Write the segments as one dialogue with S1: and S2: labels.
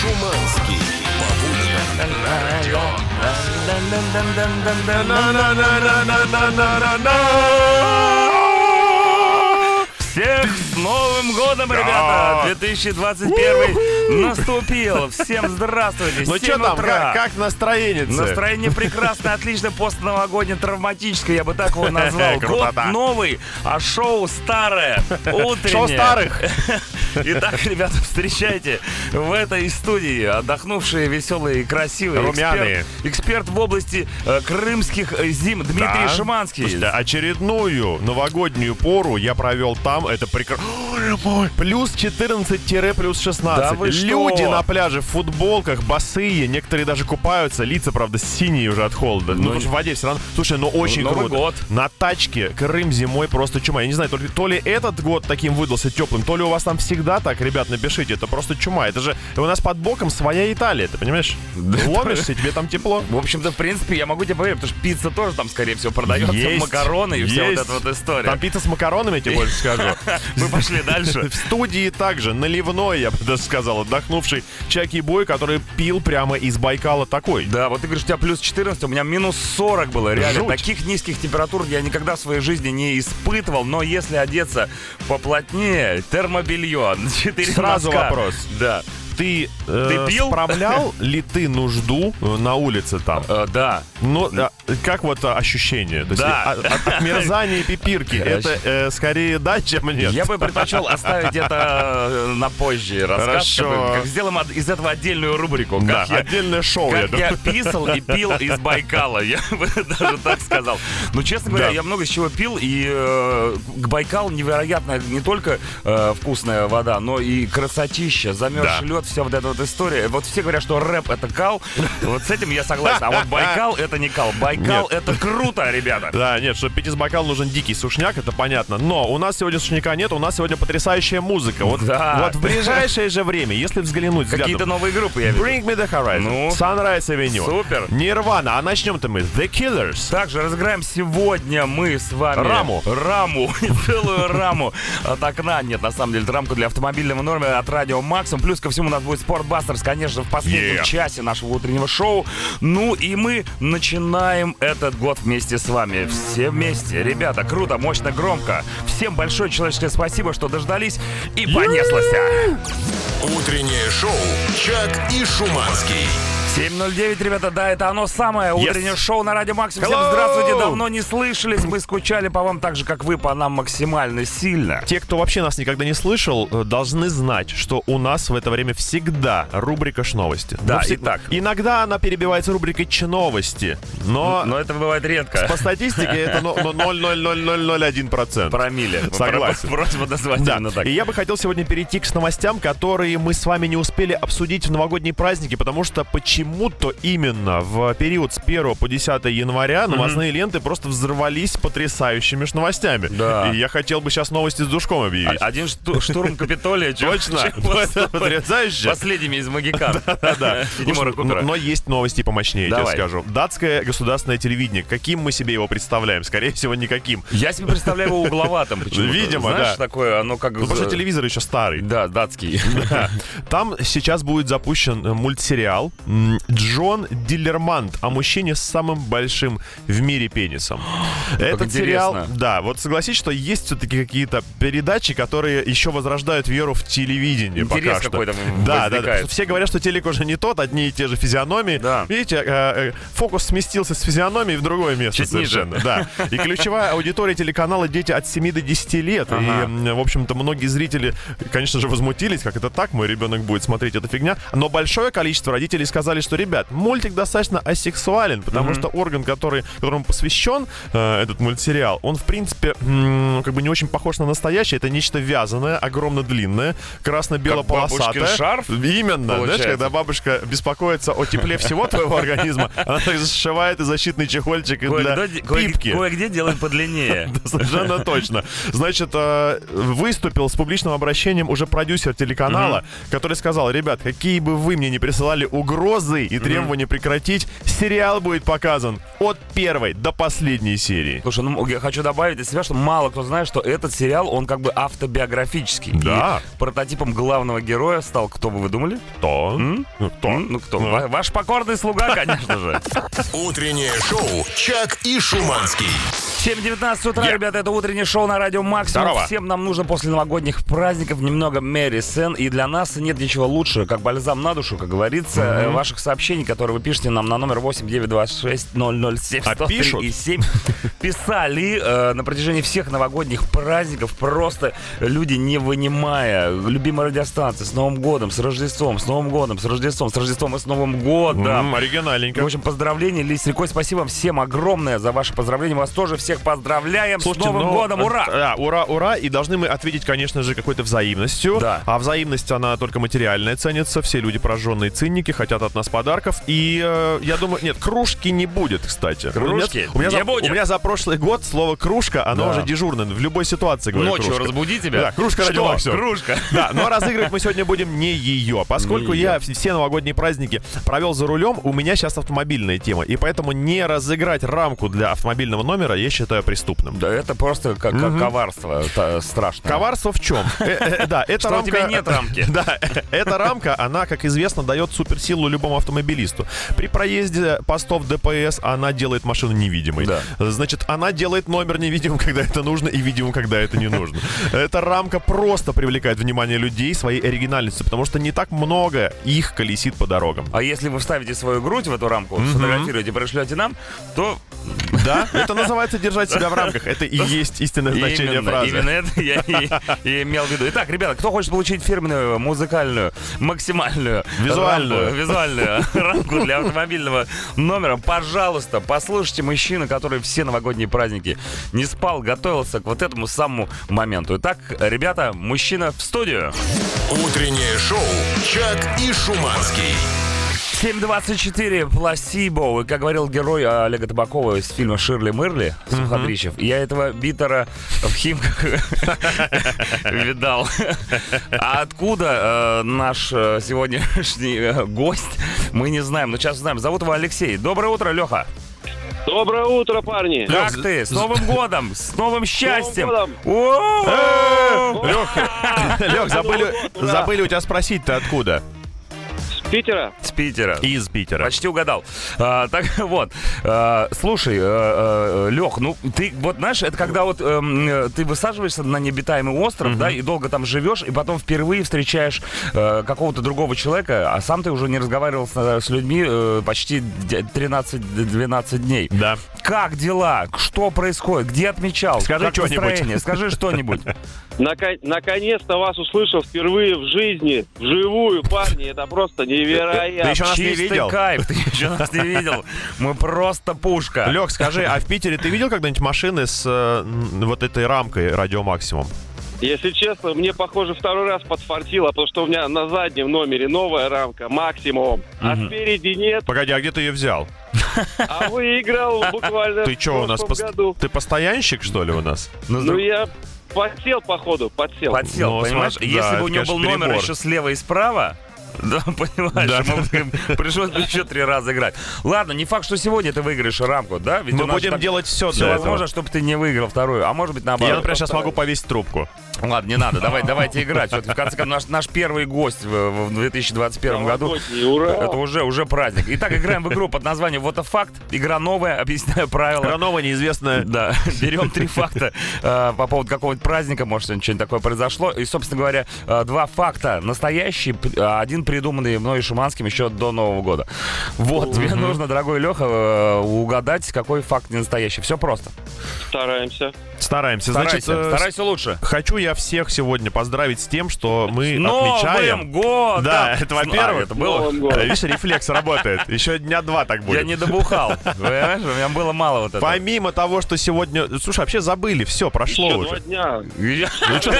S1: Шуманский.
S2: Всех с Новым годом, ребята! 2021 наступил. Всем здравствуйте.
S3: Ну
S2: 7
S3: что там,
S2: утра.
S3: как, как настроение
S2: Настроение прекрасное, отлично, постновогоднее, травматическое, я бы так его назвал. Год
S3: Крутота.
S2: новый, а шоу старое, утреннее.
S3: Шоу старых.
S2: Итак, ребята, встречайте в этой студии отдохнувшие, веселые, красивые.
S3: Румяные.
S2: Эксперт, эксперт в области э, крымских э, зим Дмитрий
S3: Да.
S2: Шиманский.
S3: Слушайте, очередную новогоднюю пору я провел там. Это прекрасно. Плюс 14 плюс 16.
S2: Да вы что?
S3: Люди на пляже в футболках, босые. Некоторые даже купаются. Лица, правда, синие уже от холода. Ну, потому что в воде все равно. Слушай, ну очень
S2: Новый
S3: круто.
S2: год.
S3: На тачке Крым зимой просто чума. Я не знаю, то ли, то ли этот год таким выдался теплым, то ли у вас там всегда так, ребят, напишите. Это просто чума. Это же у нас под боком своя Италия, ты понимаешь? Ломишься, и тебе там тепло.
S2: В общем-то, в принципе, я могу тебе поверить, потому что пицца тоже там, скорее всего, продается,
S3: Есть,
S2: макароны и вся вот
S3: есть.
S2: эта вот история.
S3: Там пицца с макаронами, я тебе больше скажу.
S2: Мы пошли дальше.
S3: В студии также наливной, я бы даже сказал, отдохнувший Чаки Бой, который пил прямо из Байкала такой.
S2: Да, вот ты говоришь, у тебя плюс 14, у меня минус 40 было, реально.
S3: Жуть.
S2: Таких низких температур я никогда в своей жизни не испытывал, но если одеться поплотнее, термобелье, 4
S3: Сразу
S2: носка.
S3: вопрос.
S2: Да.
S3: Ты, э,
S2: Ты пил?
S3: справлял ли ты нужду э, на улице там?
S2: Э, да.
S3: Ну, да, как вот а, ощущение? То есть,
S2: Да.
S3: а- от, от мерзания и пипирки. Это э, скорее да, чем нет.
S2: Я бы предпочел оставить это э, на позже рассказ.
S3: Хорошо.
S2: как бы, как сделаем от- из этого отдельную рубрику.
S3: Да,
S2: Как я
S3: отдельное шоу. я
S2: Как
S3: думаю.
S2: я писал и пил из Байкала, я бы даже так сказал. Но, честно говоря,
S3: Да.
S2: я много чего пил, и э, к Байкалу невероятно не только э, вкусная вода, но и красотища, замерзший лед, вся вот эта вот история. Вот все говорят, что рэп — это кал, вот с этим я согласен. А вот Байкал — это не кал. Байкал — это круто, ребята.
S3: Да, нет, чтобы пить из бокала нужен дикий сушняк, это понятно. Но у нас сегодня сушняка нет, у нас сегодня потрясающая музыка. Вот,
S2: Да.
S3: вот в ближайшее же время, если взглянуть
S2: Какие-то
S3: взглядом...
S2: новые группы я вижу.
S3: Bring me the horizon.
S2: Ну.
S3: Sunrise Avenue.
S2: Супер.
S3: Нирвана. А начнем-то мы. с The Killers.
S2: Также разыграем сегодня мы с вами
S3: Раму.
S2: Раму. Целую раму от окна. Нет, на самом деле, это рамку для автомобильного номера от Радио Максим. Плюс ко всему у нас будет Спортбастерс, конечно, в последнем
S3: Yeah.
S2: часе нашего утреннего шоу. Ну и мы начинаем этот год вместе с вами. Все вместе. Ребята, круто, мощно, громко. Всем большое человеческое спасибо, что дождались. И понеслось. а.
S1: Утреннее шоу «Чак и Шуманский».
S2: 7.09, ребята, да, это оно самое. Утреннее шоу на Радио Максим. Всем
S3: Hello!
S2: здравствуйте. Давно не слышались. Мы скучали по вам так же, как вы по нам максимально сильно.
S3: Те, кто вообще нас никогда не слышал, э, должны знать, что у нас в это время всегда рубрика «Шновости».
S2: Да,
S3: Ну, всег-
S2: итак.
S3: Иногда она перебивается рубрикой «Чиновости», но,
S2: Ну, Но это бывает редко.
S3: по статистике это ну- ну 0,00001%.
S2: Промилле.
S3: Согласен.
S2: Просьба назвать
S3: Да.
S2: именно так.
S3: И я бы хотел сегодня перейти к новостям, которые мы с вами не успели обсудить в новогодние праздники, потому что почему-то именно в период с 1 по 10 января новостные ленты просто взорвались потрясающими ж новостями.
S2: Да.
S3: И я хотел бы сейчас новости с душком
S2: А-
S3: объявить.
S2: Один шту- штурм Капитолия. чем-
S3: Точно?
S2: чем
S3: Это потрясающе.
S2: Последними из магикан. Да,
S3: Слушай,
S2: Купера.
S3: н- Но есть новости помощнее, я тебе
S2: Давай.
S3: скажу. Датское государственное телевидение. Каким мы себе его представляем? Скорее всего, никаким.
S2: Я себе представляю его угловатым почему-то.
S3: Видимо, да.
S2: Знаешь, такое, оно как...
S3: Ну, потому что
S2: за-
S3: телевизор еще старый.
S2: Да, датский.
S3: Да. Там сейчас будет запущен э, мультсериал м, «Джон Диллермант» о мужчине с самым большим в мире пенисом. Этот сериал,
S2: интересно.
S3: да, вот согласись, что есть все-таки какие-то передачи, которые еще возрождают веру в телевидение
S2: Интерес
S3: пока что.
S2: какой-то в-
S3: да, да, да.
S2: возникает.
S3: Все говорят, что телек уже не тот, одни и те же физиономии.
S2: Да.
S3: Видите, э, э, фокус сместился с физиономии в другое место
S2: Чуть ниже.
S3: совершенно. Да. И ключевая аудитория телеканала дети от 7 до 10 лет. И,
S2: Ага.
S3: м, в общем-то, многие зрители, конечно же, возмутились, как это так, мой ребенок будет смотреть эту фигня. Но большое количество родителей сказали, что, ребят, мультик достаточно асексуален, потому что орган, который, которому посвящен э, этот мультсериал, он, в принципе, м, как бы не очень похож на настоящий. Это нечто вязаное, огромно длинное, красно-бело-полосатое.
S2: бабушкин шарф?
S3: Именно. Знаешь,
S2: Получается.
S3: когда бабушка беспокоится о тепле всего твоего организма, она так сшивает и защитный чехольчик и для
S2: Кое-где- кое-
S3: пипки.
S2: Кое-где делают подлиннее.
S3: Да, Совершенно точно. Значит, э, выступил с публичным обращением уже продюсер телеканала, который сказал, ребят, какие бы вы мне не присылали угрозы, разы и требование прекратить, сериал будет показан от первой до последней серии.
S2: Слушай, ну я хочу добавить от себя, что мало кто знает, что этот сериал, он как бы автобиографический.
S3: Да.
S2: И прототипом главного героя стал, кто бы вы думали?
S3: Кто? Ну, Кто?
S2: М, Ну кто? Ва- Ваш покорный слуга, конечно же.
S1: Утреннее шоу «Чак и Шуманский».
S2: 7.19 утра,
S3: Я.
S2: ребята, это утреннее шоу на радио Максимум.
S3: Здорово.
S2: Всем нам нужно после новогодних праздников немного Мэри Сен. И для нас нет ничего лучше, как бальзам на душу, как говорится, э, ваших сообщений, которые вы пишете нам на номер 8926
S3: А пишут?
S2: и 7. Писали э, на протяжении всех новогодних праздников, просто люди не вынимая. Любимые радиостанции, с Новым годом, с Рождеством, с Новым годом, с Рождеством, с Рождеством и с Новым годом.
S3: М, оригинальненько.
S2: В общем, поздравления, Лись Рекой, спасибо вам всем огромное за ваши поздравления. Вас тоже всех поздравляем с
S3: Слушайте,
S2: Новым
S3: ну,
S2: годом,
S3: э,
S2: ура!
S3: Да, ура, ура. И должны мы ответить, конечно же, какой-то взаимностью.
S2: Да.
S3: А взаимность, она только материальная ценится. Все люди прожженные цинники, хотят от нас подарков. И э, я думаю, нет, кружки не будет, кстати.
S2: Кружки
S3: у меня, у меня
S2: не
S3: за,
S2: будет.
S3: У меня за прошлый год слово кружка, оно
S2: Да.
S3: уже дежурно. В любой ситуации говорю кружка.
S2: разбуди
S3: Да, кружка ради
S2: Что?
S3: Максима.
S2: Кружка.
S3: Да, но разыгрывать мы сегодня будем не ее. Поскольку
S2: Не
S3: я вс- все новогодние праздники провел за рулем, у меня сейчас автомобильная тема. И поэтому не разыграть рамку для автомобильного номера я считаю преступным.
S2: Да это просто как как коварство та- страшное.
S3: Коварство в чем? Э, э, Да, это
S2: Что у
S3: рамка...
S2: тебя нет рамки.
S3: Да, эта рамка, она, как известно, дает суперсилу любому автомобилисту. При проезде постов ДПС она делает машину невидимой.
S2: Да.
S3: Значит, она делает номер невидимым, когда это нужно, и видимым, когда это не нужно. Эта рамка просто привлекает внимание людей своей оригинальностью, потому что не так много их колесит по дорогам.
S2: А если вы вставите свою грудь в эту рамку, сфотографируете, пришлете нам, то
S3: Да? Это называется держать себя в рамках. Это и есть истинное значение
S2: именно,
S3: фразы.
S2: именно это я и, и имел в виду. Итак, ребята, кто хочет получить фирменную, музыкальную, максимальную,
S3: Визуальную.
S2: рамку, визуальную рамку для автомобильного номера, пожалуйста, послушайте мужчину, который все новогодние праздники не спал, готовился к вот этому самому моменту. Итак, ребята, мужчина в студию.
S1: Утреннее шоу «Чак и Шуманский».
S2: 7.24, пласибо. И как говорил герой а, Олега Табакова из фильма «Ширли Мырли» Суходрищев, я этого битера в Химках видал. А откуда э, наш э, сегодняшний э, гость, мы не знаем, но сейчас знаем. Зовут его Алексей. Доброе утро, Леха.
S4: Доброе утро, парни.
S2: Как
S3: з-
S2: ты? С Новым годом! С новым счастьем!
S4: годом!
S2: О!
S3: Лех, Лех, забыли,
S4: Ура!
S3: забыли у тебя спросить, ты откуда?
S4: С Питера.
S2: С Питера.
S3: Из Питера.
S2: Почти угадал. А, так вот, а, слушай, Лех, ну ты вот знаешь, это когда вот эм, э, ты высаживаешься на необитаемый остров, да, и долго там живешь, и потом впервые встречаешь э, какого-то другого человека, а сам ты уже не разговаривал с, э, с людьми э, почти де- 13-12 дней.
S3: Да.
S2: Как дела? Что происходит? Где отмечал?
S3: Скажи
S2: Как
S3: чё-нибудь.
S2: настроение? Скажи что-нибудь.
S4: Нака- Наконец-то вас услышал впервые в жизни, вживую, парни. Это просто
S3: Да
S4: невероятно.
S3: еще нас не
S2: Чистый
S3: видел.
S2: кайф, ты еще нас не видел. Мы просто пушка.
S3: Лех, скажи, а в Питере ты видел когда-нибудь машины с э, м, вот этой рамкой радио максимум?
S4: Если честно, мне, похоже, второй раз подфартило, потому что у меня на заднем номере новая рамка, максимум, а спереди нет,
S3: Погоди, а где ты ее взял?
S4: а выиграл буквально
S3: Ты
S4: в
S3: что, у нас
S4: прошлом
S3: пос-
S4: году.
S3: ты постоянщик, что ли, у нас?
S2: Ну, с
S4: Ну,
S2: друг-
S4: я подсел, походу, подсел.
S2: подсел,
S3: Ну,
S2: понимаешь?
S3: смотри, да,
S2: Если бы
S3: это,
S2: у него был
S3: конечно,
S2: номер
S3: перебор.
S2: еще слева и справа, да, понимаешь,
S3: Да.
S2: ему бы пришлось бы еще три раза играть. Ладно, не факт, что сегодня ты выиграешь рамку, да? Ведь у
S3: Мы
S2: нас
S3: будем
S2: так
S3: делать все
S2: Все
S3: для
S2: возможно,
S3: этого.
S2: чтобы ты не выиграл вторую, а может быть наоборот.
S3: Я, например, сейчас могу повесить трубку.
S2: Ладно, не надо, давай, давайте играть. Вот, в конце концов, наш, наш первый гость в, в 2021 году.
S4: Новогодний, ура!
S2: Это уже, уже праздник. Итак, играем в игру под названием «Вот это факт». Игра новая, объясняю правила.
S3: Ранова неизвестная.
S2: Да, берем три факта э, по поводу какого-нибудь праздника, может, сегодня что-нибудь такое произошло. И, собственно говоря, э, два факта настоящие, п- а один придуманный мной и Шуманским еще до Нового года. Вот, тебе нужно, дорогой Леха, э, угадать, какой факт не настоящий. Все просто.
S4: Стараемся.
S3: Стараемся.
S2: Старайся,
S3: Значит, э,
S2: старайся лучше.
S3: хочу я всех сегодня поздравить с тем, что мы
S2: С Новым
S3: отмечаем.
S2: годом!
S3: Да, это во-первых.
S2: А, это было.
S4: Новым
S3: Э,
S4: годом.
S3: Видишь, рефлекс работает. Еще дня два так будет.
S2: Я не добухал. Понимаешь, у меня было мало вот этого.
S3: Помимо того, что сегодня... Слушай, вообще забыли, все, прошло
S4: Еще
S3: уже.
S4: два дня.
S3: Ну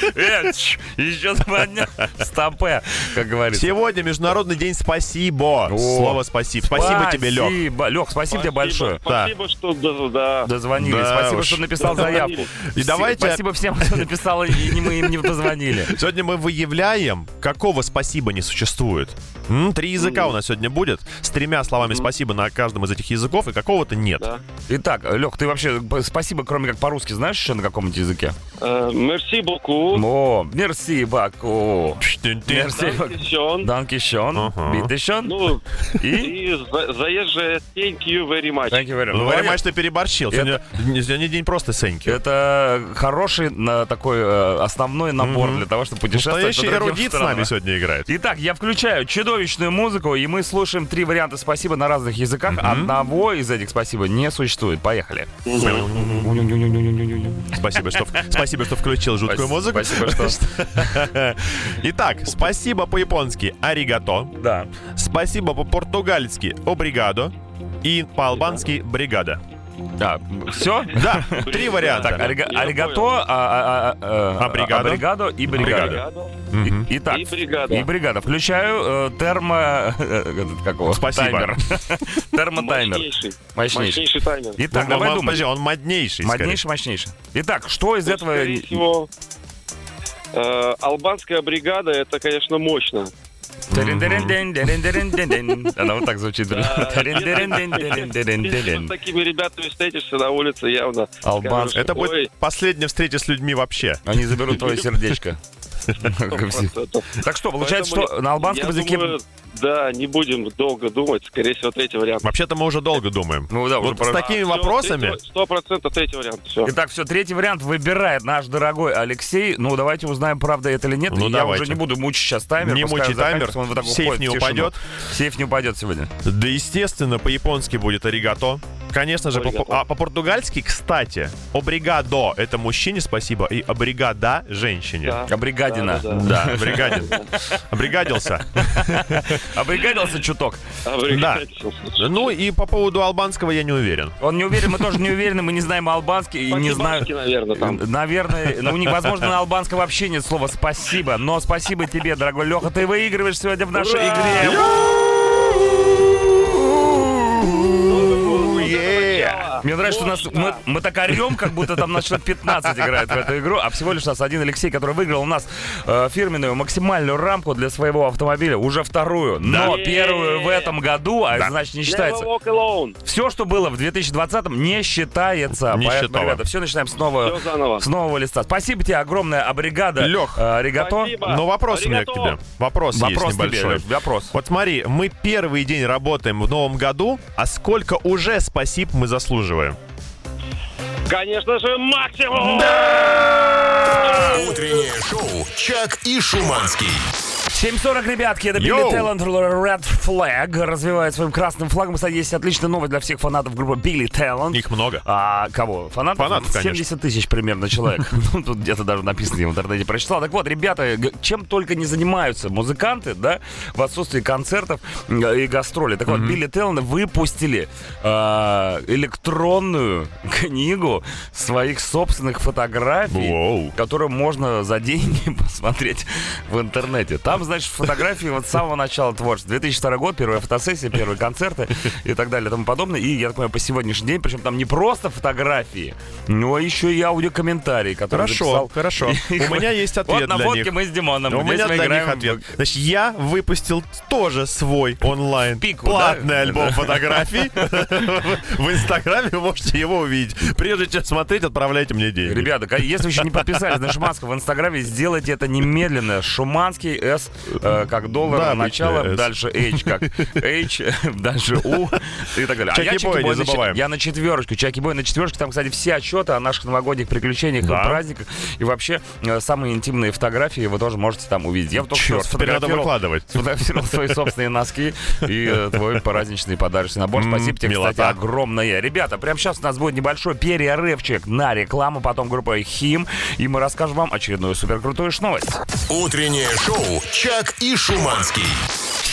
S2: Э, Еще два дня. Стопе. как говорится.
S3: Сегодня Международный день спасибо.
S2: О.
S3: Слово спасибо. Спасибо тебе, Лех.
S2: Спасибо, Лех, спасибо тебе большое.
S4: Спасибо, что... Да, да.
S2: Дозвонились.
S3: Да
S2: спасибо,
S3: уж.
S2: что написал заявку.
S3: И
S2: Все-
S3: давайте-
S2: Спасибо всем, кто написал, и не мы им не дозвонили.
S3: Сегодня мы выявляем, какого спасибо не существует. М, Три языка у нас сегодня будет. С тремя словами спасибо на каждом из этих языков, и какого-то нет.
S4: Да.
S2: Итак, Лех, ты вообще б- спасибо, кроме как по-русски, знаешь еще на каком-нибудь языке?
S4: Э, Мерси боку.
S2: О, мерси, баку.
S3: Тин-тин.
S2: Мерси, баку. Данки Шон,
S3: Ага.
S2: биты Шон.
S4: Ну,
S2: И?
S4: и за- заезжая thank you very much.
S2: Thank you very
S3: Ну,
S2: much.
S3: понимаешь, ты переборщил. Сегодня сегодня день просто Сеньки.
S2: Это хороший на, такой э, основной набор для того, чтобы путешествовать.
S3: Настоящий
S2: по другим
S3: эрудит с
S2: странам.
S3: нами сегодня играет.
S2: Итак, я включаю чудовищную музыку, и мы слушаем три варианта спасибо на разных языках. Одного из этих спасибо не существует. Поехали.
S3: Спасибо, что, в- спасибо, что включил жуткую
S2: Спас-
S3: музыку.
S2: спасибо, что-
S3: Итак, спасибо по-японски «аригато»,
S2: Да.
S3: спасибо по-португальски «обригадо» и по-албански «бригада».
S2: Да, все?
S3: Да, три
S2: Так,
S3: варианта.
S2: арига-
S4: Я
S2: аригато, а- а- а- а-
S3: Абригадо.
S2: абригадо и бригада.
S4: Бригада.
S3: Мгм.
S2: И- Итак,
S4: И бригада.
S2: и бригада. Включаю э, термо... э, этот, как его?
S3: Спасибо.
S2: Таймер. Термотаймер.
S4: Мощнейший.
S2: Мощнейший.
S4: Мощнейший таймер. Ну,
S2: Итак,
S3: Он-
S2: давай
S3: он-
S2: думать.
S3: подожди, он моднейший, скорее.
S2: Моднейший, мощнейший. Итак, что из
S4: Ну,
S2: этого...
S4: скорее всего, э, албанская бригада, это, конечно, мощно.
S2: Терин-дерин-дин-дерин-дерин-дин-дин. Она вот так звучит.
S4: Если
S2: Терин-дерин-дин-дерин-дерин-дерин.
S4: с такими ребятами встретишься на улице, явно.
S2: Албан.
S4: скажешь,
S3: Это
S4: «Ой,
S3: будет последняя встреча с людьми вообще.
S2: Они заберут твое сердечко. Как все.
S4: 100%.
S2: Так что, получается,
S4: Поэтому
S2: что на албанском
S4: Я
S2: языке...
S4: думаю, Да, не будем долго думать. Скорее всего, третий вариант. А,
S3: Вообще-то мы уже долго думаем.
S2: Ну да, уже
S3: вот
S2: пора.
S3: с такими
S4: Всё,
S3: вопросами...
S4: третий- Сто процентов третий вариант. Все.
S2: Итак, все, третий вариант выбирает наш дорогой Алексей. Ну, давайте узнаем, правда это или нет.
S3: Ну,
S2: И Я
S3: давайте.
S2: уже не буду мучить сейчас таймер.
S3: Не
S2: пускай
S3: мучай
S2: он заканчивается,
S3: таймер.
S2: Он вот так
S3: Сейф
S2: уходит
S3: не
S2: в тишину.
S3: упадет.
S2: Сейф не упадет сегодня.
S3: Да, естественно, по-японски будет аригато. Конечно же, по-
S4: Аригато.
S3: а по-португальски, кстати, обригадо — это мужчине спасибо, и обригада — женщине.
S4: Да.
S2: Абригадина.
S4: Да, да, да.
S3: Да, бригадин. Обригадился.
S2: Обригадился чуток.
S4: А вы-
S3: Да. Ну и по поводу албанского я не уверен.
S2: Он не уверен, мы тоже не уверены, мы не знаем албанский и не знаю...
S4: По-кибански, наверное, там.
S2: Наверное, ну, не- возможно, на албанском вообще нет слова «спасибо», но спасибо тебе, дорогой Леха, ты выигрываешь сегодня в нашей
S4: Ура!
S2: игре.
S3: Yeah.
S2: Мне нравится, что у нас мы, мы так орем, как будто там на счет 15 играет в эту игру, а всего лишь у нас один Алексей, который выиграл у нас э, фирменную максимальную рамку для своего автомобиля, уже вторую, но
S4: Да.
S2: первую в этом году, а это значит не считается.
S4: Never walk alone.
S2: Все, что было в 2020-м, не считается.
S3: Не
S2: Поэтому,
S3: считала.
S2: ребята, все начинаем снова.
S4: Всё заново.
S2: С нового листа. Спасибо тебе огромное, Абригада.
S3: Лёх,
S2: э, Ригато.
S4: спасибо.
S3: Но вопрос у меня к тебе.
S4: Аригато.
S3: Вопрос есть
S2: Вопрос тебе,
S3: небольшой.
S2: Лёш, вопрос.
S3: Вот смотри, мы первый день работаем в новом году, а сколько уже спасиб мы заслуживаем?
S4: Конечно же, максимум!
S1: Утреннее шоу «Чак и Шуманский».
S2: 7.40, ребятки, это Билли
S3: Йоу!
S2: Талент Red Flag развивает своим красным флагом. Кстати, есть отличная новость для всех фанатов группы Билли Талент.
S3: Их много.
S2: А кого? Фанатов?
S3: Фанатов, конечно.
S2: 70 тысяч примерно человек. Ну, тут где-то даже написано, я в интернете прочитал. Так вот, ребята, г- чем только не занимаются музыканты, да, в отсутствии концертов м, и гастролей. Так вот, Билли Теллен выпустили а, электронную книгу своих собственных фотографий,
S3: Воу.
S2: которую можно за деньги посмотреть в интернете. Там, значит, фотографии вот с самого начала творчества. 2002 год, первая фотосессия, первые концерты и так далее и тому подобное. И, я так понимаю, по сегодняшний день, причем там не просто фотографии, но еще и аудиокомментарии, которые
S3: Хорошо,
S2: записал.
S3: хорошо. У
S2: И
S3: меня есть ответ
S2: Вот на
S3: для
S2: фотке
S3: них.
S2: мы с Димоном.
S3: У
S2: Здесь
S3: меня
S2: мы
S3: для них
S2: играем в-
S3: ответ. Значит, я выпустил тоже свой онлайн
S2: пику,
S3: платный
S2: да?
S3: альбом фотографий. В Инстаграме вы можете его увидеть. Прежде чем смотреть, отправляйте мне деньги.
S2: Ребята, ка- если вы еще не подписались на Шуманского в Инстаграме, сделайте это немедленно. Шуманский S э, как доллар,
S3: Да,
S2: начало,
S3: обычный S.
S2: дальше H как H, дальше U и так далее. А я
S3: Чаки-бой, не
S2: на чет-
S3: забываем.
S2: Я на четверочку. Чаки Бой на четверочку. Там, кстати, все отчеты о наших новогодних приключениях и
S3: Да.
S2: праздниках. И вообще э, самые интимные фотографии вы тоже можете там увидеть. Я вот только что
S3: Черт, теперь надо
S2: сфотографировал-
S3: выкладывать.
S2: сфотографировал свои собственные носки и э, твой праздничный подарочный набор.
S3: М,
S2: Спасибо тебе, кстати,
S3: милота.
S2: огромное. Ребята, прямо сейчас у нас будет небольшой перерывчик на рекламу, потом группа Хим, и мы расскажем вам очередную суперкрутую новость.
S1: Утреннее шоу «Чак и Шуманский».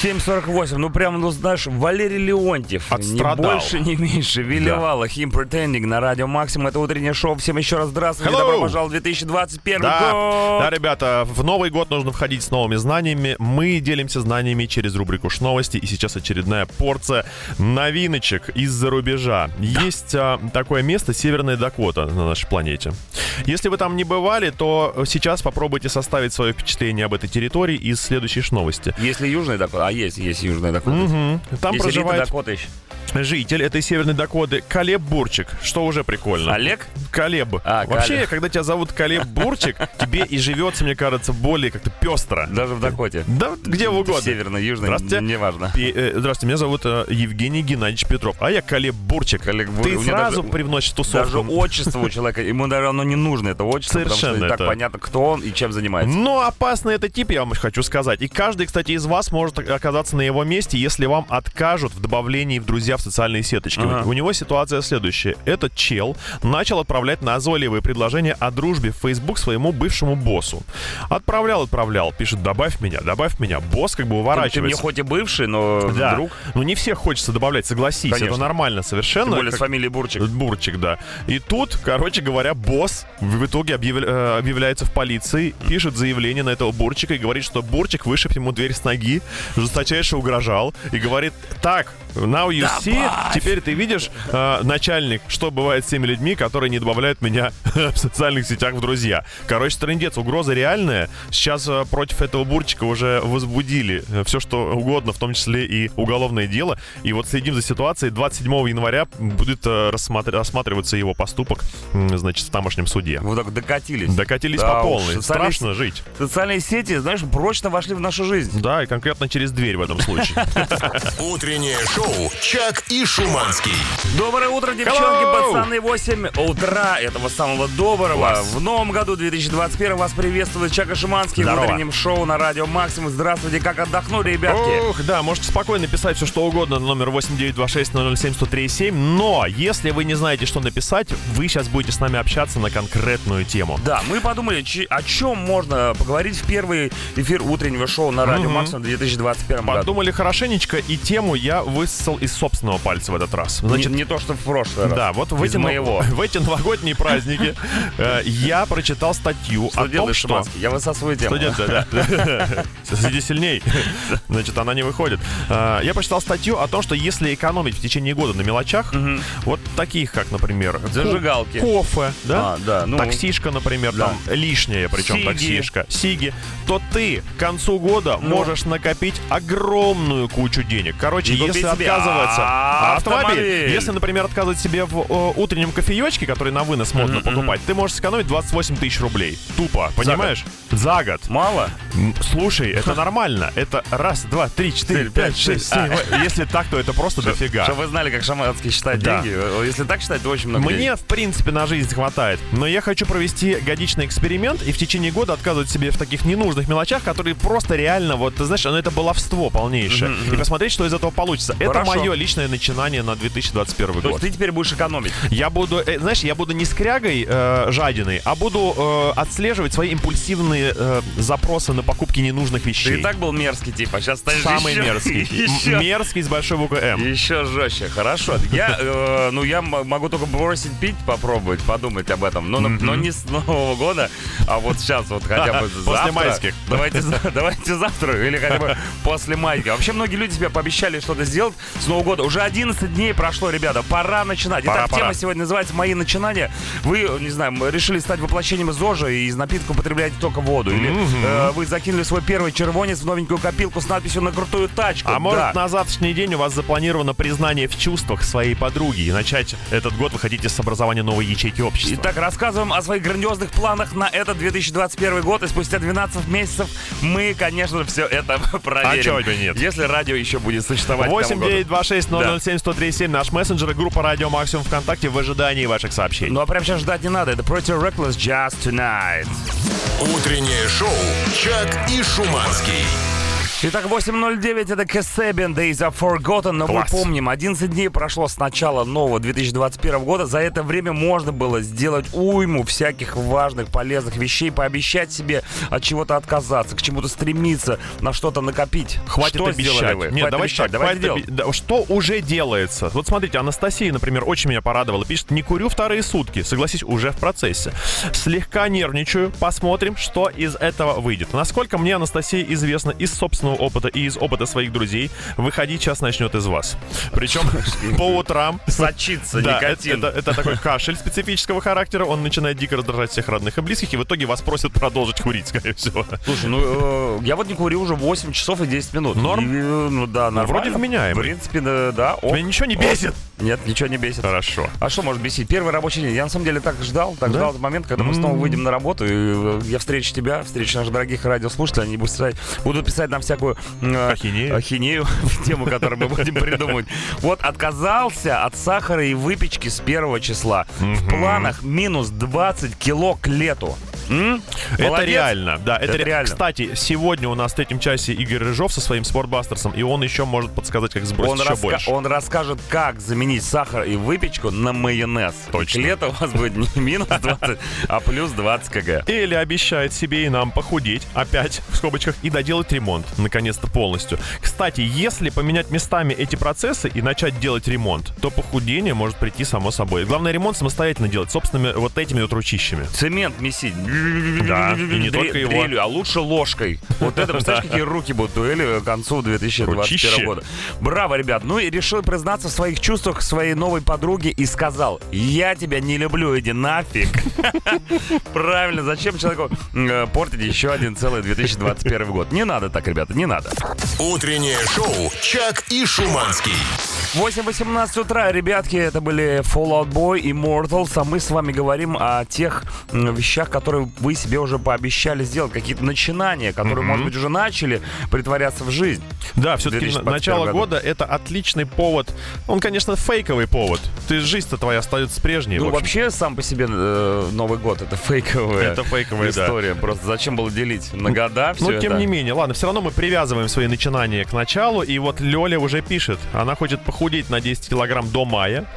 S2: 7.48, ну прям, ну знаешь, Валерий Леонтьев.
S3: Отстрадал.
S2: Ни больше, ни меньше. Велевала, Him Pretending на Радио Максим. Это утреннее шоу. Всем еще раз здравствуйте.
S3: Hello.
S2: Добро пожаловать в 2021
S3: Да,
S2: год.
S3: да, ребята, в Новый год нужно входить с новыми знаниями. Мы делимся знаниями через рубрику «Ш новости». И сейчас очередная порция новиночек из-за рубежа. Есть а, такое место, Северная Дакота на нашей планете. Если вы там не бывали, то сейчас попробуйте составить свое впечатление об этой территории из следующей «Ш новости.
S2: Если Южный Дакота, а есть, есть Южный Дакота.
S3: Мгм. Там
S2: Есть Рита
S3: проживает
S2: Дакота еще.
S3: житель этой Северной Дакоты Калеб Бурчик, что уже прикольно.
S2: Олег?
S3: Колеб.
S2: А,
S3: Вообще,
S2: Калеб.
S3: когда тебя зовут Колеб Бурчик, тебе и живется, мне кажется, более как-то пестро.
S2: Даже в Дакоте.
S3: Да вот где угодно.
S2: Северный, южный,
S3: Здравствуйте.
S2: неважно.
S3: Пе- э, Здравствуйте, меня зовут э, Евгений Геннадьевич Петров, а я Колеб Бурчик.
S2: Колеб Бурчик.
S3: Ты
S2: У меня
S3: сразу
S2: даже-
S3: привносишь
S2: Даже
S3: тусовку.
S2: отчество у человека, ему даже оно не нужно, это отчество, потому что
S3: Совершенно
S2: и так
S3: это-
S2: понятно, кто он и чем занимается.
S3: Но опасный это тип, я вам хочу сказать. И каждый, кстати, из вас может оказаться на его месте, если вам откажут в добавлении в друзья в социальные сеточки.
S2: Ага.
S3: У него ситуация следующая. Этот чел начал отправлять назойливые предложения о дружбе в Facebook своему бывшему боссу. Отправлял, отправлял, пишет, добавь меня, добавь меня. Босс как бы
S2: Ты- Ты мне
S3: уворачивается.
S2: хоть и бывший, но
S3: Да.
S2: друг,
S3: Ну не всех хочется добавлять, согласись,
S2: Конечно.
S3: это нормально совершенно.
S2: тем более
S3: Как-
S2: с фамилией Бурчик.
S3: Бурчик, да. И тут, короче говоря, босс в итоге объявля- э, объявляется в полиции, пишет заявление на этого Бурчика и говорит, что Бурчик вышиб ему дверь с ноги, жесточайше угрожал и говорит, так, now you see, теперь ты видишь, э, начальник, что бывает с теми людьми, которые не добавляют меня в социальных сетях в друзья. Короче, трендец, угроза реальная. Сейчас э, против этого Бурчика уже возбудили все, что угодно, в том числе и уголовное дело. И вот следим за ситуацией. 27 января будет э, рассматр- рассматриваться его поступок, м, значит, в тамошнем суде.
S2: Вот так докатились.
S3: Докатились
S2: Да
S3: по
S2: уж,
S3: полной.
S2: социалист-
S3: Страшно жить.
S2: Социальные сети, знаешь, прочно вошли в нашу жизнь.
S3: Да, и конкретно через дверь в этом случае.
S1: Утреннее шоу «Чак и Шуманский».
S2: Доброе утро, девчонки,
S3: Hello!
S2: пацаны. 8 утра этого самого доброго. В новом году 2021 вас приветствует Чака Шиманский
S3: Здорово.
S2: в утреннем шоу на радио Максимум. Здравствуйте, как отдохнули, ребятки?
S3: Ух, да, можете спокойно писать все, что угодно на номер 8926-007-1037, но если вы не знаете, что написать, вы сейчас будете с нами общаться на конкретную тему.
S2: Да, мы подумали, чи- о чем можно поговорить в первый эфир утреннего шоу на радио
S3: Мгм.
S2: Максимум в 2021 году.
S3: Подумали хорошенечко, и тему я высосал из собственного пальца в этот раз. Значит,
S2: Ну, не, не то, что в прошлый раз.
S3: да, вот в
S2: Из
S3: эти, но-
S2: моего.
S3: в эти новогодние праздники э, я прочитал статью
S2: Что
S3: о том,
S2: делаешь,
S3: что...
S2: Шиманский? Я высасываю тему.
S3: Что делать, да, да. Сиди сильней. Значит, она не выходит. А, Я прочитал статью о том, что если экономить в течение года на мелочах, вот таких, как, например, ко-
S2: Зажигалки.
S3: кофе, да?
S2: А, да, ну.
S3: таксишка, например,
S2: Да.
S3: там лишнее, причем
S2: Сиги.
S3: таксишка, сиги, то ты к концу года можешь накопить огромную кучу денег. Короче,
S2: И купить
S3: если
S2: себе
S3: отказываться А,
S2: автомобиль.
S3: если, например, отказывать себе в э, утреннем кофеечке, который на вынос модно покупать, ты можешь сэкономить 28 тысяч рублей. Тупо, понимаешь? За год.
S2: Мало?
S3: М, Слушай, это нормально. Это раз, два, три, четыре, пять, шесть, семь. восемь. Если так, то это просто дофига.
S2: Чтобы вы знали, как шаманский считать
S3: Да.
S2: деньги. Если так считать, то очень много денег.
S3: Мне, в принципе, на жизнь хватает. Но я хочу провести годичный эксперимент и в течение года отказывать себе в таких ненужных мелочах, которые просто реально, вот, ты знаешь, ну это баловство полнейшее. И посмотреть, что из этого получится. Это
S2: Хорошо.
S3: мое личное начинание на 2021
S2: То
S3: год.
S2: есть ты теперь будешь экономить.
S3: Я буду, э, знаешь, я буду не скрягой э, жадиной, а буду э, отслеживать свои импульсивные э, запросы на покупки ненужных
S2: Ты
S3: вещей.
S2: и так был мерзкий, типа, сейчас станешь
S3: Самый
S2: еще-
S3: мерзкий. М-
S2: Еще,
S3: Мерзкий с большой буквы М.
S2: еще жестче. Хорошо. Я, э, ну, я м- могу только бросить пить, попробовать, подумать об этом. Но, на- но не с Нового года, а вот сейчас, вот хотя бы
S3: После
S2: завтра.
S3: майских.
S2: Давайте, за- давайте завтра или хотя бы после майки. Вообще многие люди себе пообещали что-то сделать с Нового года. Уже 11 дней прошло, ребята. Пора начинать.
S3: Пора,
S2: Итак,
S3: пора.
S2: тема сегодня называется «Мои начинания». Вы, не знаю, решили стать воплощением ЗОЖа и из напитка употребляете только воду. Или э, вы закинули свой первый червонец в новенькую копилку с надписью на крутую тачку.
S3: А может,
S2: Да.
S3: на завтрашний день у вас запланировано признание в чувствах своей подруги, и начать этот год вы хотите с образования новой ячейки общества.
S2: Итак, рассказываем о своих грандиозных планах на этот 2021 год. И спустя 12 месяцев мы, конечно же, все это проверим.
S3: чего бы нет?
S2: Если радио еще будет существовать. к тому
S3: 8
S2: году.
S3: 9 2 6 0 0 7 137 наш мессенджер и группа Радио Максимум ВКонтакте в ожидании ваших сообщений.
S2: Ну а прямо сейчас ждать не надо. Это против Reckless Just Tonight.
S1: Утреннее шоу «Чак и Шуманский».
S2: Итак, 8.09, это Кесебин, Days of Forgotten, но
S3: Класс.
S2: мы помним, 11 дней прошло с начала нового 2021 года, за это время можно было сделать уйму всяких важных, полезных вещей, пообещать себе от чего-то отказаться, к чему-то стремиться, на что-то накопить.
S3: Хватит
S2: что
S3: обещать.
S2: сделали вы?
S3: Нет,
S2: Хватит
S3: давайте так,
S2: обещать,
S3: хватит
S2: давайте делать.
S3: оби- да, Что уже делается? Вот смотрите, Анастасия, например, очень меня порадовала. Пишет, не курю вторые сутки. Согласись, уже в процессе. Слегка нервничаю. Посмотрим, что из этого выйдет. Насколько мне, Анастасия, известно из собственного опыта и из опыта своих друзей, выходить сейчас начнет из вас. Причем по утрам
S2: Сочится
S3: да, это,
S2: никотин.
S3: это- это такой кашель специфического характера. Он начинает дико раздражать всех родных и близких, и в итоге вас просят продолжить курить, скорее всего.
S2: Слушай, ну э, я вот не курю уже 8 часов и 10 минут.
S3: Норм?
S2: И, э, ну да, нормально.
S3: вроде вменяемо.
S2: В принципе, да. да. Ок.
S3: Меня ничего не бесит.
S2: Нет, ничего не бесит.
S3: Хорошо.
S2: А что может бесить? Первый рабочий день. Я на самом деле так ждал, так
S3: Да?
S2: ждал этот момент, когда мы снова выйдем на работу, и э, я встречу тебя, встречу наших дорогих радиослушателей, они будут писать, будут писать нам всякую э,
S3: Ахинею.
S2: ахинею, тему, которую мы будем придумывать. Вот отказался от сахара и выпечки с первого числа. В планах минус 20 кило к лету. М?
S3: Это
S2: Молодец.
S3: реально, да, это,
S2: Это
S3: ре-
S2: реально.
S3: Кстати, сегодня у нас в третьем часе Игорь Рыжов со своим спортбастерсом, и он еще может подсказать, как сбросить
S2: Он,
S3: еще
S2: раска-
S3: больше.
S2: он расскажет, как заменить сахар и выпечку на майонез.
S3: Точно.
S2: И К лету у вас будет не минус 20, а плюс 20 кг.
S3: Или обещает себе и нам похудеть, опять в скобочках, и доделать ремонт, наконец-то полностью. Кстати, если поменять местами эти процессы и начать делать ремонт, то похудение может прийти само собой. Главное, ремонт самостоятельно делать, собственными вот этими вот ручищами.
S2: Цемент месить.
S3: Да, и не
S2: Дре-
S3: только его.
S2: дрелью, а лучше ложкой. Вот это, представляешь, какие руки будут у Эли к концу 2021
S3: Ручище.
S2: года. Браво, ребят. Ну и решил признаться в своих чувствах к своей новой подруге и сказал, я тебя не люблю, иди нафиг. Правильно, зачем человеку э, портить еще один целый 2021 год? Не надо так, ребята, не надо.
S1: Утреннее шоу «Чак и Шуманский».
S2: 8.18 утра, ребятки, это были Fallout Boy и Mortals, а мы с вами говорим о тех м, вещах, которые вы себе уже пообещали сделать, какие-то начинания, которые, может быть, уже начали притворяться в жизнь.
S3: Да, все-таки
S2: 2021
S3: начало
S2: году.
S3: года это отличный повод. Он, конечно, фейковый повод. Ты жизнь-то твоя остается прежней. в
S2: ну,
S3: общем.
S2: вообще, сам по себе э, Новый год — это фейковая,
S3: Это фейковая, да.
S2: история. Просто зачем было делить на года все
S3: Ну, тем не менее, ладно, все равно мы привязываем свои начинания к началу. И вот Лёля уже пишет, она хочет похудеть на 10 килограмм до мая.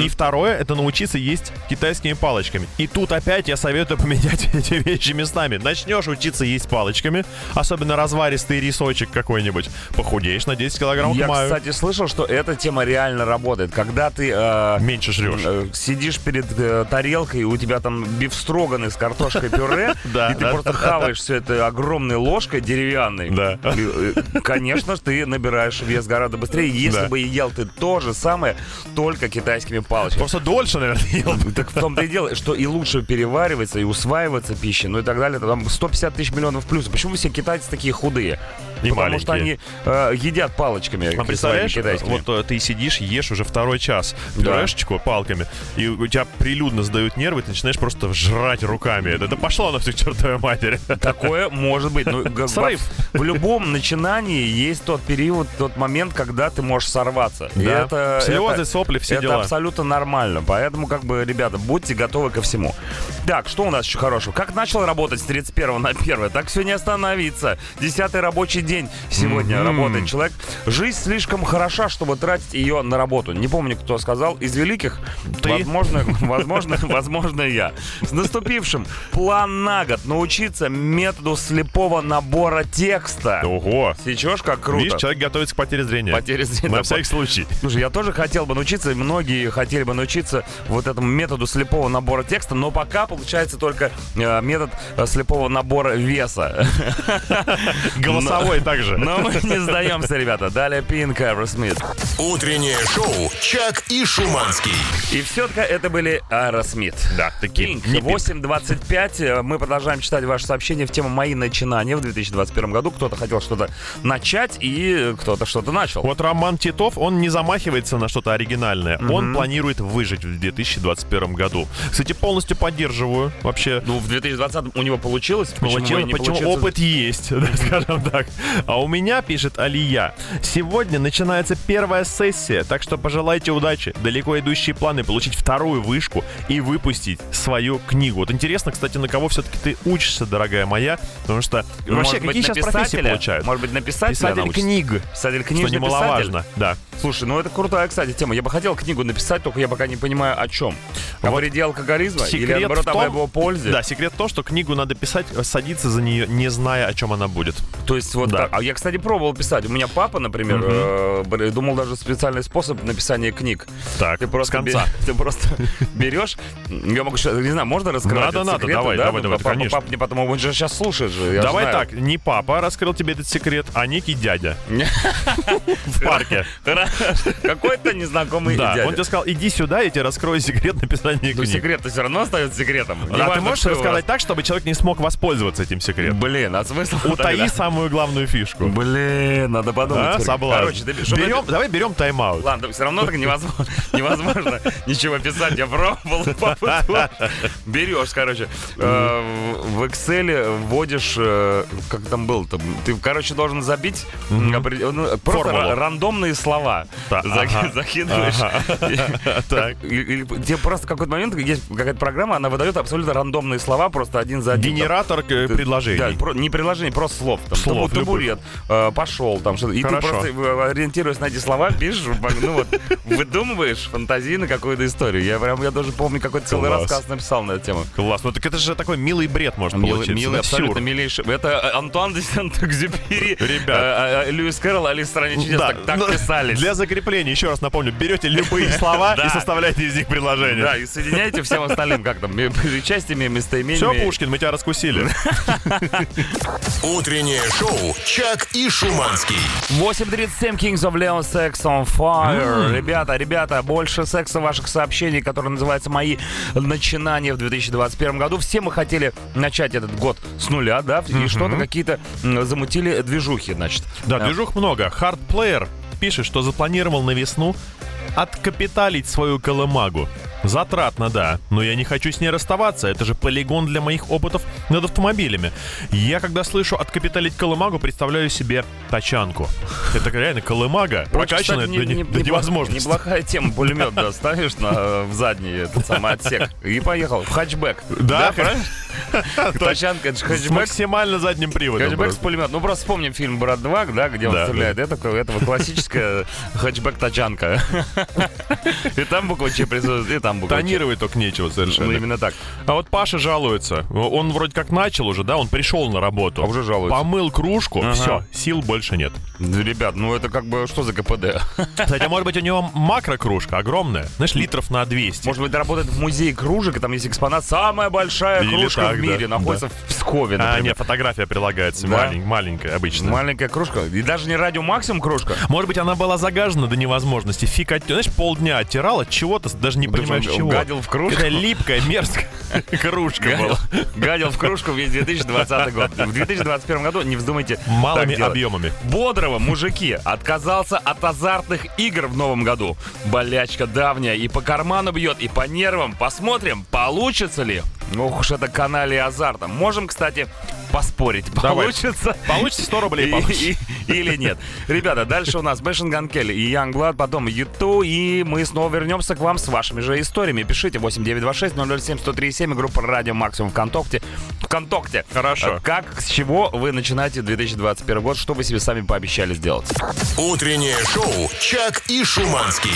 S3: И второе, это научиться есть китайскими палочками. И тут опять я советую поменять эти вещи местами. Начнешь учиться есть палочками, особенно разваристый рисочек какой-нибудь, похудеешь на 10 килограмм
S2: Я,
S3: к маю.
S2: кстати, слышал, что эта тема реально работает. Когда ты... э,
S3: Меньше жрешь.
S2: Э, Сидишь перед э, тарелкой, и у тебя там бифстроганы с картошкой пюре,
S3: Да,
S2: и ты
S3: да,
S2: просто хаваешь все это огромной ложкой деревянной.
S3: Да.
S2: И, э, Конечно, ж, ты набираешь вес гораздо быстрее. Если
S3: Да.
S2: бы ел ты то же самое, только китайскими палочками.
S3: Просто дольше, наверное, ел.
S2: Так в том-то и дело, что и лучше переваривается, и усваивается пища, ну и так далее. Там 150 тысяч миллионов плюсов. Почему все китайцы такие худые?
S3: И
S2: Потому
S3: маленькие.
S2: что они э, едят палочками.
S3: А
S2: своими
S3: представляешь,
S2: китайскими.
S3: вот э, ты сидишь, ешь уже второй час
S2: Да.
S3: пюрешечку палками, и у тебя прилюдно сдают нервы, ты начинаешь просто жрать руками. Это да пошла на всю к чертовой матери.
S2: Такое может быть. Ну, г-
S3: Срыв.
S2: В, в любом начинании есть тот период, тот момент, когда ты можешь сорваться. И
S3: Да.
S2: это, э,
S3: Слезы,
S2: это-
S3: сопли, все
S2: это
S3: дела.
S2: абсолютно нормально. Поэтому, как бы, ребята, будьте готовы ко всему. Так, что у нас еще хорошего? Как начал работать с 31 на 1, так все не остановится. Десятый рабочий день сегодня работает человек. Жизнь слишком хороша, чтобы тратить ее на работу. Не помню, кто сказал. Из великих,
S3: Ты?
S2: возможно, возможно, возможно, я. С наступившим план на год научиться методу слепого набора текста.
S3: Ого!
S2: Сечешь, как
S3: Видишь,
S2: круто.
S3: человек готовится к потере зрения.
S2: Потеря зрения.
S3: На всякий случай.
S2: Слушай, я тоже хотел бы научиться, и многие хотели бы научиться вот этому методу слепого набора текста, но пока получается только э, метод э, слепого набора веса.
S3: Голосовой также.
S2: Но мы не сдаемся, ребята. Далее Пинк, Aerosmith.
S1: Утреннее шоу «Чак и Шуманский».
S2: И все-таки это были Aerosmith.
S3: Да, такие.
S2: Пинк, 8.25. Э, Мы продолжаем читать ваши сообщения в тему «Мои начинания» в 2021 году. Кто-то хотел что-то начать, и э, кто-то что-то начал.
S3: Вот Роман Титов, он не за замахивается на что-то оригинальное. Он планирует выжить в 2021 году. Кстати, полностью поддерживаю вообще.
S2: Ну, в 2020 у него получилось. Почему
S3: Почему,
S2: и не
S3: почему
S2: получится?
S3: опыт есть, да, скажем так. А у меня, пишет Алия, сегодня начинается первая сессия, так что пожелайте удачи, далеко идущие планы, получить вторую вышку и выпустить свою книгу. Вот интересно, кстати, на кого все-таки ты учишься, дорогая моя, потому что ну,
S2: Может
S3: вообще
S2: быть,
S3: какие
S2: на
S3: сейчас профессии
S2: писателя?
S3: получают?
S2: Может быть, на писателя она
S3: Писатель
S2: учится?
S3: книг,
S2: Писатель
S3: что
S2: книжный писатель?
S3: немаловажно, да.
S2: Слушай, ну это крутая, кстати, тема. Я бы хотел книгу написать, только я пока не понимаю, о чем. О
S3: Вот
S2: вреде алкоголизма? Или,
S3: Секрет
S2: наоборот,
S3: в том-
S2: об его пользе?
S3: Да, секрет в том, что книгу надо писать, э, садиться за нее, не зная, о чем она будет.
S2: То есть вот
S3: Да.
S2: так. А я, кстати, пробовал писать. У меня папа, например, э, бр- думал даже специальный способ написания книг.
S3: Так,
S2: Ты просто,
S3: с конца.
S2: бе- ты просто берешь, я могу сейчас, не знаю, можно раскрывать
S3: Надо,
S2: этот
S3: надо,
S2: секрет,
S3: давай,
S2: да?
S3: давай,
S2: Ну,
S3: давай,
S2: папа,
S3: конечно.
S2: папа мне потом, он же сейчас слушает же, я
S3: Давай
S2: знаю.
S3: так, не папа раскрыл тебе этот секрет, а некий дядя в парке.
S2: Какой-то незнакомый
S3: Да,
S2: дядя.
S3: он тебе сказал, иди сюда, я тебе раскрою секрет написания
S2: Ну,
S3: книг.
S2: секрет-то все равно остается секретом.
S3: А ты
S2: Неважно,
S3: можешь
S2: что у
S3: рассказать так, чтобы человек не смог воспользоваться этим
S2: вас.
S3: секретом?
S2: Блин, а смысл?
S3: Утаи
S2: тогда?
S3: самую главную фишку.
S2: Блин, надо подумать.
S3: А,
S2: Юрий.
S3: соблазн.
S2: Короче, ты чтобы это-
S3: Берем- Давай берем тайм-аут.
S2: Ладно, все равно так невозможно, невозможно ничего писать. Я пробовал. папа, тоже. Берешь, короче, э, в в Excel вводишь, э, как там был, то ты, короче, должен забить опре- ну, просто
S3: Формулу.
S2: ра- рандомные слова.
S3: Да,
S2: Зак-
S3: ага.
S2: Закидываешь.
S3: Так.
S2: И- или Где просто в какой-то момент есть какая-то программа, она выдает абсолютно рандомные слова, просто один за один. там.
S3: Генератор э,
S2: Да,
S3: предложений.
S2: про- не приложение, просто слов. Там,
S3: Слов
S2: табу- табурет, э, пошел, там что-то. И
S3: Хорошо.
S2: ты просто э, ориентируясь на эти слова, пишешь, ну вот, выдумываешь фантазийно какую-то историю. Я прям, я даже помню, какой-то целый
S3: Класс.
S2: рассказ написал на эту тему.
S3: Класс. Ну так это же такой милый бред может
S2: Милый,
S3: получиться.
S2: милый,
S3: да,
S2: абсолютно
S3: сюр.
S2: милейший. Это э, Антуан де Сент-Экзюпери,
S3: Ребят.
S2: э, э, Льюис Кэрролл, Алиса в стране чудес.
S3: Да,
S2: Так, так
S3: но
S2: писались.
S3: Для закрепления, еще раз напомню, берете любые слова
S2: Да.
S3: и составляете из них предложение.
S2: Да, и соединяйте всем остальным, как там, м- частями,
S3: Все,
S2: местоимениями.
S3: Пушкин, мы тебя раскусили.
S1: Утреннее шоу «Чак и Шуманский».
S2: 8.37 Kings of Leon Sex on Fire. Ребята, ребята, больше секса ваших сообщений, которые называются «Мои начинания в 2021 году». Все мы хотели начать этот год с нуля, да, и что-то какие-то м, замутили движухи, значит.
S3: Да,
S2: А,
S3: движух много. Хардплеер пишет, что запланировал на весну откапиталить свою колымагу. Затратно, да, но я не хочу с ней расставаться. Это же полигон для моих опытов над автомобилями. Я, когда слышу «откапиталить колымагу», представляю себе тачанку. Это реально колымага,
S2: очень,
S3: прокачанная
S2: кстати, не-
S3: до, не-
S2: не-
S3: до
S2: непло-
S3: невозможности.
S2: Неплохая тема. Пулемет доставишь на, э, в задний этот самый отсек и поехал. В хэтчбэк.
S3: Да,
S2: правильно? Тачанка, это же
S3: С
S2: хэтчбэк.
S3: максимально задним приводом.
S2: Хэтчбэк с
S3: просто.
S2: пулемет. Ну, просто вспомним фильм «Брат 2», да, где он
S3: Да,
S2: стреляет. Это, это вот классическая хэтчбэк-тачанка. И там буква «Ч» присутствует, и там буква «Ч».
S3: Тонировать только нечего
S2: Ну,
S3: совершенно.
S2: именно так.
S3: А вот Паша жалуется. Он вроде как начал уже, да, он пришел на работу.
S2: А уже жалуется.
S3: Помыл кружку,
S2: Ага.
S3: все, сил больше нет.
S2: Да, Ребят, ну это как бы что за КПД?
S3: Кстати, а может быть у него макрокружка огромная, знаешь, литров на 200.
S2: Может быть, работает в музее кружек, и там есть экспонат. Самая большая
S3: Или
S2: кружка
S3: так,
S2: в мире
S3: да.
S2: находится в Пскове,
S3: а,
S2: например.
S3: нет, фотография прилагается,
S2: Да?
S3: малень- маленькая обычно. А
S2: Маленькая кружка. И даже не радио Максим кружка.
S3: Может быть, она была загажена до невозможности. Фиг от... Знаешь, полдня оттирал от чего-то, даже не
S2: Даже
S3: понимаешь
S2: он
S3: чего.
S2: гадил в кружку.
S3: Это липкая, мерзкая кружка
S2: Гадил,
S3: была.
S2: гадил в кружку весь 2020 год. В 2021 году не вздумайте
S3: Малыми
S2: так делать.
S3: объемами.
S2: Бодрого, мужики, отказался от азартных игр в новом году. Болячка давняя и по карману бьет, и по нервам. Посмотрим, получится ли. Ох уж это канале азарта. Можем, кстати, поспорить,
S3: Давай.
S2: получится
S3: Получится 100 рублей
S2: и-
S3: получишь.
S2: и- Или нет. Ребята, дальше у нас Бэшинган Келли и Youngblood, потом Юту, и мы снова вернемся к вам с вашими же историями. Пишите 8926-007-1037 и группа Радио Максимум ВКонтакте. ВКонтакте.
S3: Хорошо.
S2: А Как, с чего вы начинаете 2021 год, что вы себе сами пообещали сделать?
S1: Утреннее шоу «Чак и Шуманский».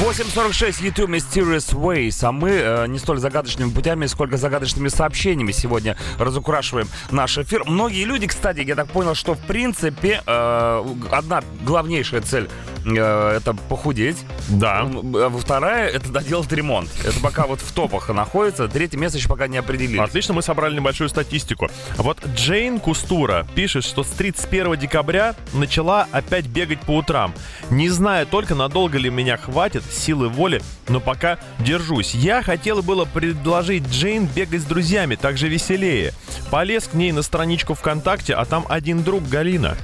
S2: 8.46 YouTube Mysterious Ways, а мы э, не столь загадочными путями, сколько загадочными сообщениями сегодня разукрашиваем наш эфир. Многие люди, кстати, я так понял, что в принципе э, одна главнейшая цель э, это похудеть.
S3: Да.
S2: М, а Вторая это доделать ремонт. Это пока вот в топах находится. Третье место еще пока не определили.
S3: Отлично, мы собрали небольшую статистику. Вот Джейн Кустура пишет, что с 31 декабря начала опять бегать по утрам. Не знаю только, надолго ли меня хватит силы воли, но пока держусь. Я хотела было предложить Джейн бегать с друзьями, так же веселее. Полез к ней на страничку ВКонтакте, а там один друг Галина.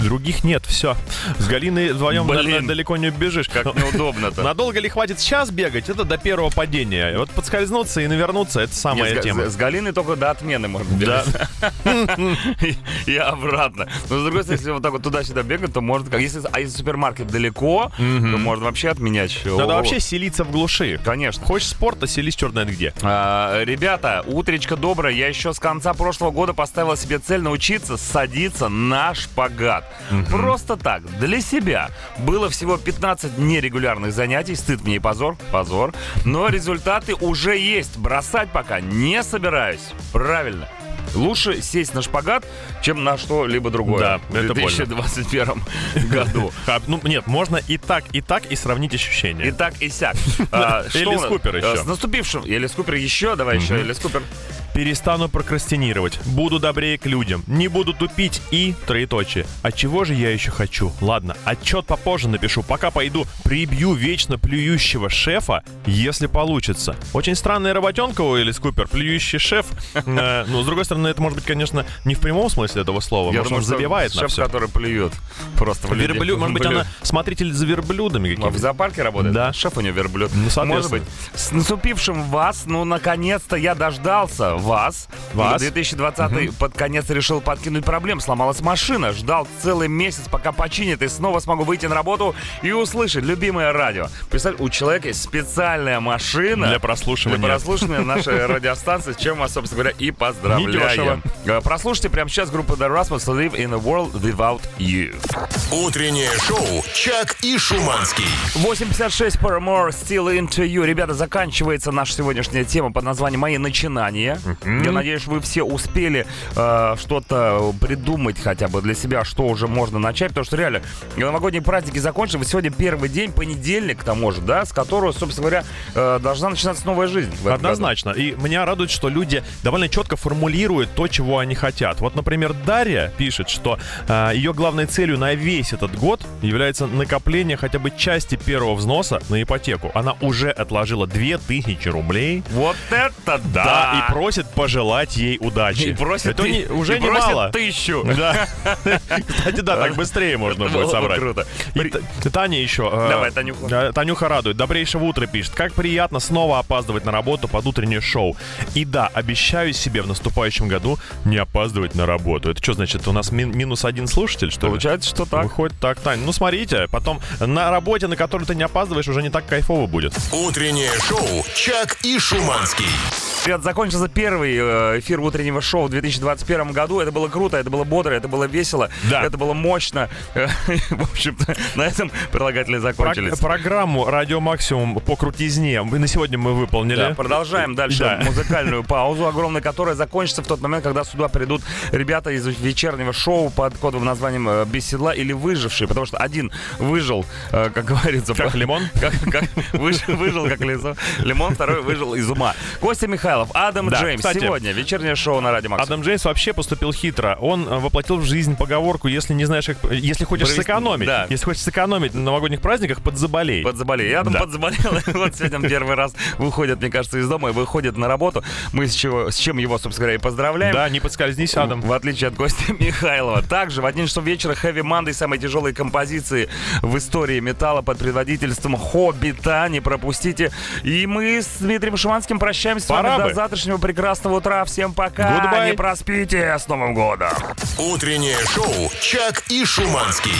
S3: Других нет, все. С Галиной вдвоем
S2: Блин.
S3: наверное, далеко не убежишь.
S2: Как
S3: Но-
S2: неудобно-то.
S3: Надолго ли хватит сейчас бегать? Это до первого падения. Вот подскользнуться и навернуться, это
S2: Не,
S3: самая
S2: с Га-
S3: тема.
S2: С, Галиной только до отмены можно бегать. И- И обратно. Но с другой стороны, если вот так вот туда-сюда бегать, то можно как. Если, а если супермаркет далеко, то можно вообще отменять.
S3: Надо
S2: О,
S3: вообще селиться в глуши.
S2: Конечно.
S3: Хочешь спорта, селись черт знает где.
S2: А, Ребята, утречка добрая. Я еще с конца прошлого года поставила себе цель научиться садиться на шпагат. Просто так, для себя. Было всего 15 нерегулярных занятий. Стыд мне и позор. Позор. Но результаты уже есть. Бросать пока не собираюсь. Правильно. Лучше сесть на шпагат, чем на что-либо другое.
S3: Да,
S2: в
S3: это больно.
S2: 2021 году.
S3: А, ну, нет, можно и так, и так, и сравнить ощущения.
S2: И так и сяк. А, что
S3: Элис
S2: у нас?
S3: Купер еще.
S2: А, С наступившим. Элис Купер еще, давай еще. Элис Купер.
S3: Перестану прокрастинировать, буду добрее к людям, не буду тупить и троеточие. А чего же я еще хочу? Ладно, отчет попозже напишу, пока пойду прибью вечно плюющего шефа, если получится. Очень странная работенка у Элис Купер, плюющий шеф. Э, Ну, с другой стороны, это может быть, конечно, не в прямом смысле этого слова, может, он
S2: что
S3: забивает на
S2: шеф,
S3: все.
S2: который плюет просто в людей.
S3: Верблю- может быть,
S2: Блю-
S3: она смотритель за верблюдами
S2: А в
S3: какими-то.
S2: зоопарке работает?
S3: Да.
S2: Шеф у нее верблюд.
S3: Ну, соответственно.
S2: Может быть. С наступившим вас, ну, наконец-то я дождался вас.
S3: Вас.
S2: 2020 под конец решил подкинуть проблем. Сломалась машина. Ждал целый месяц, пока починит, и снова смогу выйти на работу и услышать любимое радио. Представь, у человека есть специальная машина.
S3: Для прослушивания.
S2: Для прослушивания нашей радиостанции, с чем вас, собственно говоря, и
S3: Недешево.
S2: поздравляем. Э, Прослушайте прямо сейчас группу The Rasmus Live in a World Without You.
S1: Утреннее шоу «Чак и Шуманский».
S2: 8.56 Paramore Still Into You. Ребята, заканчивается наша сегодняшняя тема под названием «Мои начинания». Я надеюсь, вы все успели э, что-то придумать хотя бы для себя, что уже можно начать. Потому что реально, новогодние праздники закончились. Сегодня первый день, понедельник, к тому же, да, с которого, собственно говоря, э, должна начинаться новая жизнь. в этом году.
S3: Однозначно. И меня радует, что люди довольно четко формулируют то, чего они хотят. Вот, например, Дарья пишет, что э, ее главной целью на весь этот год является накопление хотя бы части первого взноса на ипотеку. Она уже отложила 2000 рублей.
S2: Вот это да!
S3: и просит пожелать ей удачи.
S2: И просит
S3: Это
S2: ты-
S3: не- уже
S2: и
S3: не
S2: просит
S3: мало.
S2: тысячу.
S3: Да. Кстати, да, так быстрее можно
S2: Это
S3: будет
S2: было бы
S3: собрать.
S2: круто.
S3: И
S2: При-
S3: Т- Таня еще. э,
S2: Давай, Танюха.
S3: э, Танюха радует. Добрейшего утра пишет. Как приятно снова опаздывать на работу под утреннее шоу. И да, обещаю себе в наступающем году не опаздывать на работу. Это что значит? У нас мин- минус один слушатель, что ли?
S2: Получается, что так.
S3: Выходит так, Тань. Ну смотрите, потом на работе, на которую ты не опаздываешь, уже не так кайфово будет.
S1: Утреннее шоу «Чак и Шуманский».
S2: Ребят, закончился первый э, эфир утреннего шоу в 2021 году. Это было круто, это было бодро, это было весело,
S3: Да.
S2: это было мощно. Э, В общем-то, на этом прилагатели
S3: Про-
S2: закончились.
S3: программу «Радио Максимум» по крутизне мы- на сегодня мы
S2: Да,
S3: выполнили.
S2: продолжаем дальше
S3: Э, Да.
S2: музыкальную паузу, огромная которая закончится в тот момент, когда сюда придут ребята из вечернего шоу под кодовым названием э, «Без седла» или «Выжившие», потому что один выжил, э, как говорится,
S3: Как
S2: по-
S3: лимон?
S2: как, как- выж- выжил как лизо- лимон, второй выжил из ума. Костя Михайлов, Адам
S3: Да,
S2: Джеймс.
S3: кстати.
S2: Сегодня вечернее шоу на Радио Макс.
S3: Адам Джеймс вообще поступил хитро. Он э, воплотил в жизнь поговорку, если не знаешь, как, если хочешь
S2: Провести-
S3: сэкономить,
S2: да.
S3: если хочешь сэкономить на новогодних праздниках, подзаболей.
S2: Подзаболел. Я там
S3: Да.
S2: подзаболел. И вот сегодня первый раз выходит, мне кажется, из дома и выходит на работу. Мы с, чего, с чем его, собственно говоря, и поздравляем.
S3: Да, не подскользнись, Адам.
S2: В отличие от гостя Михайлова. Также в 1 часов вечера Heavy Monday, самые тяжелые композиции в истории металла под предводительством Хоббита. Не пропустите. И мы с Дмитрием Шиманским прощаемся с
S3: Пора
S2: вами
S3: бы.
S2: до завтрашнего прекрасного утра. Всем пока.
S3: Goodbye.
S2: Не проспите. С Новым годом.
S1: Утреннее шоу «Чак и Шуманский».